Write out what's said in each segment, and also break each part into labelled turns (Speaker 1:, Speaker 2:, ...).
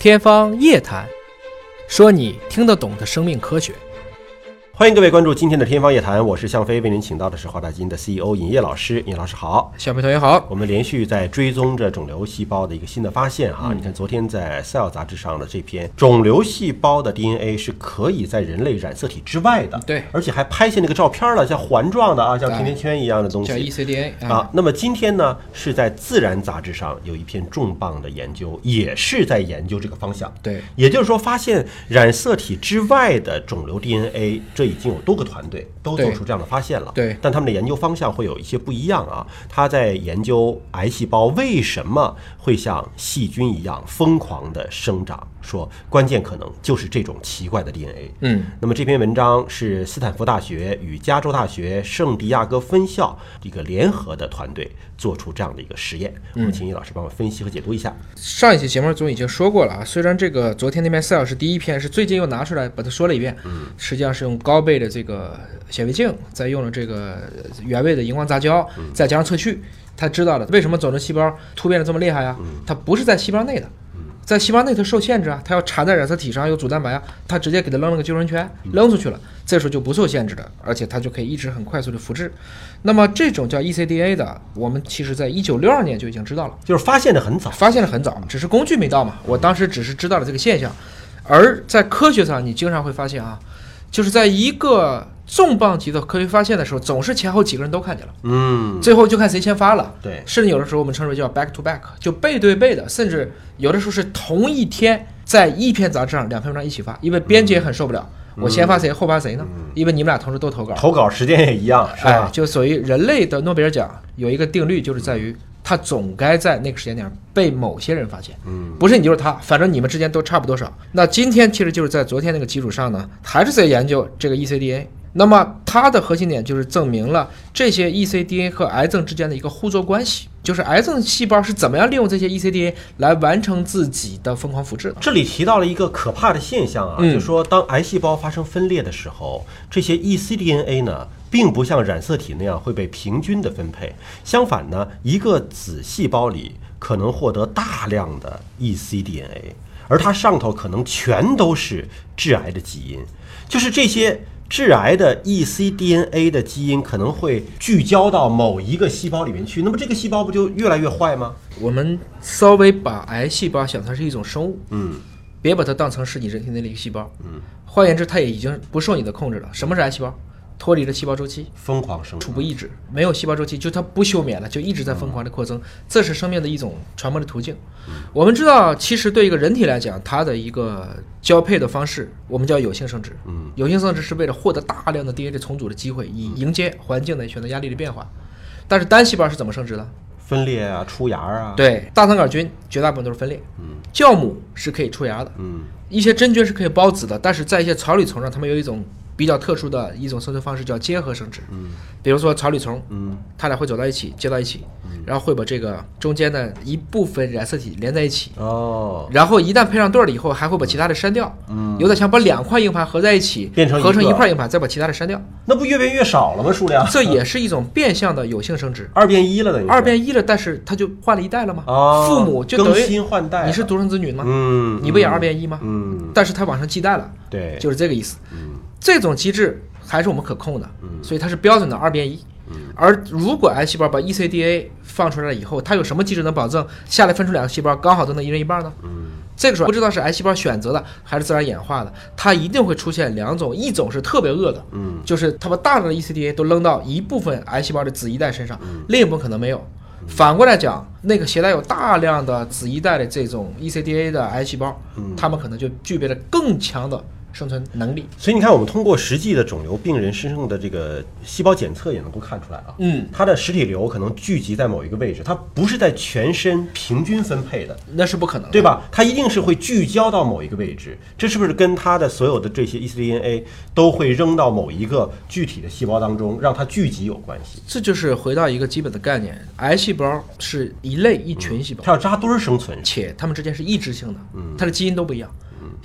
Speaker 1: 天方夜谭，说你听得懂的生命科学。
Speaker 2: 欢迎各位关注今天的《天方夜谭》，我是向飞，为您请到的是华大基因的 CEO 尹烨老师。尹老师好，
Speaker 1: 小明同学好，
Speaker 2: 我们连续在追踪着肿瘤细胞的一个新的发现哈。你看，昨天在《Cell》杂志上的这篇，肿瘤细胞的 DNA 是可以在人类染色体之外的，
Speaker 1: 对
Speaker 2: 而且还拍下那个照片了，像环状的啊，像甜甜圈一样的东
Speaker 1: 叫
Speaker 2: 西。
Speaker 1: ECDA
Speaker 2: 啊，那么今天呢，是在《自然》杂志上有一篇重磅的研究，也是在研究这个方向。
Speaker 1: 对，
Speaker 2: 也就是说，发现染色体之外的肿瘤 DNA，这已经有多个团队都做
Speaker 1: 对
Speaker 2: 出这样的发现了。
Speaker 1: 对
Speaker 2: 但他们的研究方向会有一些不一样啊。他在研究癌细胞为什么会像细菌一样疯狂的生长，说关键可能就是这种奇怪的 DNA。
Speaker 1: 嗯，
Speaker 2: 那么这篇文章是斯坦福大学与加州大学圣地亚哥分校一个联合的团队做出这样的一个实验。
Speaker 1: 嗯
Speaker 2: 我们请尹老师帮我分析和解读一下。
Speaker 1: 上一期节目中已经说过了啊，虽然这个昨天那篇 Cell 是第一篇，是最近又拿出来把它说了一遍，实际上是用高倍的这个显微镜，再用了这个呃原位的荧光杂交，再加上测序，他知道了为什么肿瘤细胞突变的这么厉害呀、啊它不是在细胞内的。在细胞内它受限制啊，它要缠在染色体上有组蛋白啊，它直接给它扔了个救生圈，扔出去了，这时候就不受限制的，而且它就可以一直很快速的复制。那么这种叫 E ECDA 的，我们其实在一九六二年就已经知道了。
Speaker 2: 就是发现的很早，
Speaker 1: 啊发现的很早，只是工具没到嘛。我当时只是知道了这个现象，而在科学上，你经常会发现啊，就是在一个重磅级的科学发现的时候，总是前后几个人都看见了，
Speaker 2: 嗯，
Speaker 1: 最后就看谁先发了。
Speaker 2: 对，
Speaker 1: 甚至有的时候我们称之为叫 back to back，就背对背的，甚至有的时候是同一天在一篇杂志上两篇文章一起发，因为编辑也很受不了，我先发谁后发谁呢？因为你们俩同时都投稿，
Speaker 2: 投稿时间也一样，是
Speaker 1: 哎
Speaker 2: 吧，？
Speaker 1: 就所谓人类的诺贝尔奖有一个定律，就是在于它总该在那个时间点儿被某些人发现，
Speaker 2: 嗯，
Speaker 1: 不是你就是他，反正你们之间都差不多少。那今天其实就是在昨天那个基础上呢，还是在研究这个 ECDA。那么它的核心点就是证明了这些 ECDA 和癌症之间的一个互作关系，就是癌症细胞是怎么样利用这些 ECDA 来完成自己的疯狂复制的。
Speaker 2: 这里提到了一个可怕的现象啊，
Speaker 1: 嗯
Speaker 2: 就说当癌细胞发生分裂的时候，这些 E ecDNA 呢，并不像染色体那样会被平均的分配，相反呢，一个子细胞里可能获得大量的 E ecDNA，而它上头可能全都是致癌的基因，就是这些。致癌的 E ecDNA 的基因可能会聚焦到某一个细胞里面去，那么这个细胞不就越来越坏吗？
Speaker 1: 我们稍微把癌细胞想成是一种生物，
Speaker 2: 嗯，
Speaker 1: 别把它当成是你人体内的一个细胞。嗯，换言之，它也已经不受你的控制了。什么是癌细胞？脱离了细胞周期，
Speaker 2: 疯狂生
Speaker 1: 处
Speaker 2: 长。
Speaker 1: 不抑制，没有细胞周期，就它不休眠了，就一直在疯狂的扩增，这是生命的一种传播的途径。
Speaker 2: 嗯
Speaker 1: 我们知道，其实对一个人体来讲，它的一个交配的方式，我们叫有性生殖。
Speaker 2: 嗯，
Speaker 1: 有性生殖是为了获得大量的 DNA 的重组的机会，以迎接环境的选择压力的变化。但是单细胞是怎么生殖的？
Speaker 2: 分裂啊，出芽啊，
Speaker 1: 对，大肠杆菌绝大部分都是分裂，
Speaker 2: 嗯
Speaker 1: 酵母是可以出芽的，
Speaker 2: 嗯
Speaker 1: 一些真菌是可以孢子的，但是在一些草履虫上，它们有一种比较特殊的一种生存方式，叫结合生殖。
Speaker 2: 嗯
Speaker 1: 比如说草履虫，
Speaker 2: 嗯
Speaker 1: 它俩会走到一起，接到一起，然后会把这个中间的一部分染色体连在一起，
Speaker 2: 哦，
Speaker 1: 然后一旦配上对儿了以后，还会把其他的删掉。有点像把两块硬盘合在一起，
Speaker 2: 嗯变成一
Speaker 1: 合成一
Speaker 2: 个
Speaker 1: 块硬盘，再把其他的删掉，
Speaker 2: 那不越变越少了吗？数量
Speaker 1: 这也是一种变相的有性生 殖。
Speaker 2: 二变一了等于是
Speaker 1: 二变一了，但是它就换了一代了嘛，
Speaker 2: 哦
Speaker 1: 父母就等
Speaker 2: 更
Speaker 1: 于
Speaker 2: 新换代了，
Speaker 1: 你是独生子女吗？
Speaker 2: 嗯，
Speaker 1: 你不也二变一吗？
Speaker 2: 嗯，
Speaker 1: 但是它往上系带了，
Speaker 2: 对，
Speaker 1: 就是这个意思。
Speaker 2: 嗯
Speaker 1: 这种机制还是我们可控的，
Speaker 2: 嗯
Speaker 1: 所以它是标准的二变一。而如果癌细胞把 E ECDA 放出来了以后，它有什么机制能保证下来分出两个细胞刚好都能一人一半呢？
Speaker 2: 嗯
Speaker 1: 这个时候不知道是癌细胞选择的还是自然演化的，它一定会出现两种，一种是特别恶的，
Speaker 2: 嗯
Speaker 1: 就是它把大量的 E ECDA 都扔到一部分癌细胞的子一代身上，
Speaker 2: 嗯
Speaker 1: 另一部分可能没有。反过来讲，那个携带有大量的子一代的这种 E ECDA 的癌细胞，
Speaker 2: 嗯
Speaker 1: 它们可能就具备了更强的生存能力。
Speaker 2: 所以你看，我们通过实际的肿瘤病人身上的这个细胞检测也能够看出来啊，
Speaker 1: 嗯，
Speaker 2: 它的实体瘤可能聚集在某一个位置，它不是在全身平均分配的，
Speaker 1: 那是不可能的。
Speaker 2: 对吧？它一定是会聚焦到某一个位置，这是不是跟它的所有的这些 E ecDNA 都会扔到某一个具体的细胞当中，让它聚集有关系？
Speaker 1: 这就是回到一个基本的概念，癌细胞是一类一群细胞，
Speaker 2: 它要扎堆儿生存，
Speaker 1: 且它们之间是抑制性的，它的基因都不一样。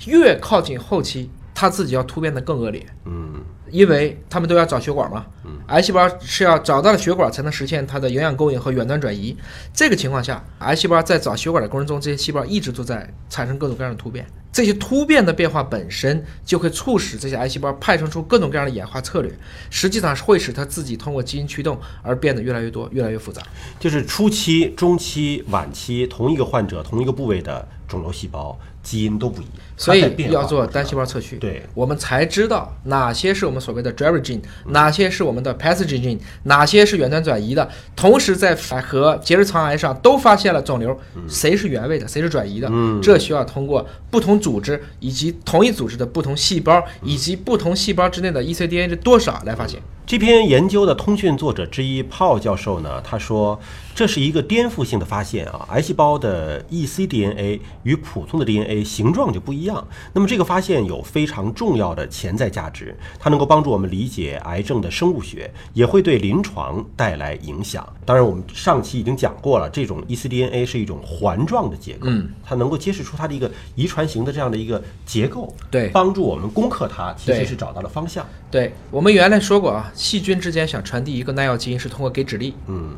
Speaker 1: 越靠近后期，它自己要突变得更恶劣。
Speaker 2: 嗯，
Speaker 1: 因为他们都要找血管嘛，癌细胞是要找到了血管才能实现它的营养勾引和远端转移。这个情况下，癌细胞在找血管的过程中，这些细胞一直都在产生各种各样的突变。这些突变的变化本身就会促使这些癌细胞派生出各种各样的演化策略，实际上是会使它自己通过基因驱动而变得越来越多、越来越复杂。
Speaker 2: 就是初期、中期、晚期，同一个患者同一个部位的肿瘤细胞基因都不一，
Speaker 1: 所
Speaker 2: 它在
Speaker 1: 以
Speaker 2: 变化
Speaker 1: 要做单细胞测序，
Speaker 2: 对
Speaker 1: 我们才知道哪些是我们所谓的 driver gene，哪些是我们的 passenger gene，哪些是远端转移的。同时在癌和结直肠癌上都发现了肿瘤，
Speaker 2: 嗯
Speaker 1: 谁是原位的，谁是转移的，这需要通过不同组织以及同一组织的不同细胞
Speaker 2: 嗯
Speaker 1: 以及不同细胞之内的 E ecDNA 是多少来发现。
Speaker 2: 这篇研究的通讯作者之一鲍教授呢，他说这是一个颠覆性的发现啊，癌细胞的 E ecDNA 与普通的 DNA 形状就不一样。那么这个发现有非常重要的潜在价值，它能够帮助我们理解癌症的生物学，也会对临床带来影响。当然，我们上期已经讲过了，这种 E ecDNA 是一种环状的结构，
Speaker 1: 嗯
Speaker 2: 它能够揭示出它的一个遗传型的这样的一个结构，
Speaker 1: 对
Speaker 2: 帮助我们攻克它，其实
Speaker 1: 对
Speaker 2: 是找到了方向。
Speaker 1: 对我们原来说过啊，细菌之间想传递一个耐药基因是通过给指令，嗯，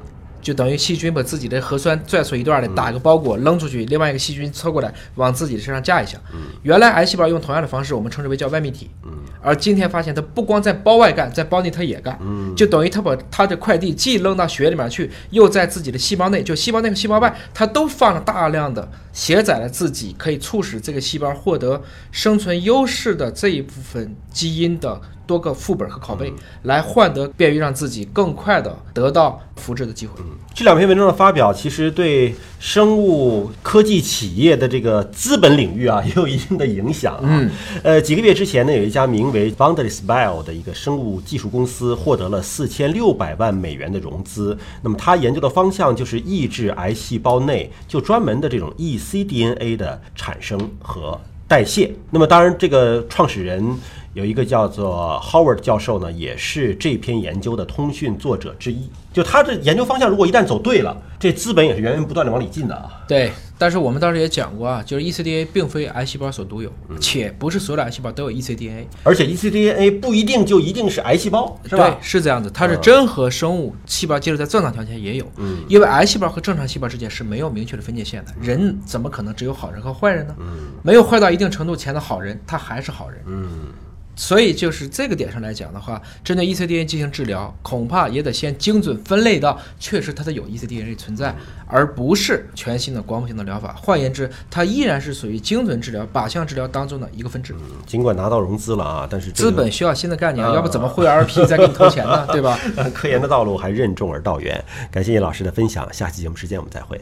Speaker 1: 就等于细菌把自己的核酸拽出一段来，打个包裹扔出去，另外一个细菌凑过来往自己身上架一下。原来癌细胞用同样的方式，我们称之为叫外泌体，嗯，而今天发现它不光在包外干，在包内它也干，嗯，就等于它把它的快递既扔到血里面去，又在自己的细胞内，就细胞内和细胞外，它都放了大量的携载了自己可以促使这个细胞获得生存优势的这一部分基因的多个副本和拷贝，来换得便于让自己更快的得到复制的机会。
Speaker 2: 这两篇文章的发表，其实对生物科技企业的这个资本领域啊，也有一定的影响啊。嗯，呃，几个月之前呢，有一家名为 Boundless Bio 的一个生物技术公司获得了四千六百万美元的融资。那么，它研究的方向就是抑制癌细胞内就专门的这种 E ecDNA 的产生和代谢。那么，当然，这个创始人有一个叫做 Howard 教授呢，也是这篇研究的通讯作者之一。就他这研究方向，如果一旦走对了，这资本也是源源不断的往里进的啊。
Speaker 1: 对，但是我们当时也讲过啊，就是 ecDNA 并非癌细胞所独有，且不是所有的癌细胞都有 E ecDNA。
Speaker 2: 而且 E ecDNA 不一定就一定是癌细胞，是
Speaker 1: 对
Speaker 2: 吧，？嗯
Speaker 1: 是这样子，它是真和生物细胞接触在正常条件也有，因为癌细胞和正常细胞之间是没有明确的分界线的。人怎么可能只有好人和坏人呢？
Speaker 2: 嗯
Speaker 1: 没有坏到一定程度前的好人，他还是好人。所以就是这个点上来讲的话，针对 E ecDNA 进行治疗，恐怕也得先精准分类到确实它的有 E ecDNA 存
Speaker 2: 嗯
Speaker 1: 在，而不是全新的光谱性的疗法。换言之，它依然是属于精准治疗、靶向治疗当中的一个分支。
Speaker 2: 尽管拿到融资了啊，但是这
Speaker 1: 资
Speaker 2: 个
Speaker 1: 本需要新的概
Speaker 2: 嗯
Speaker 1: 念，要不怎么会 RP 再给你投钱呢？对吧？
Speaker 2: 科研的道路还任重而道远。感谢叶老师的分享，下期节目时间我们再会。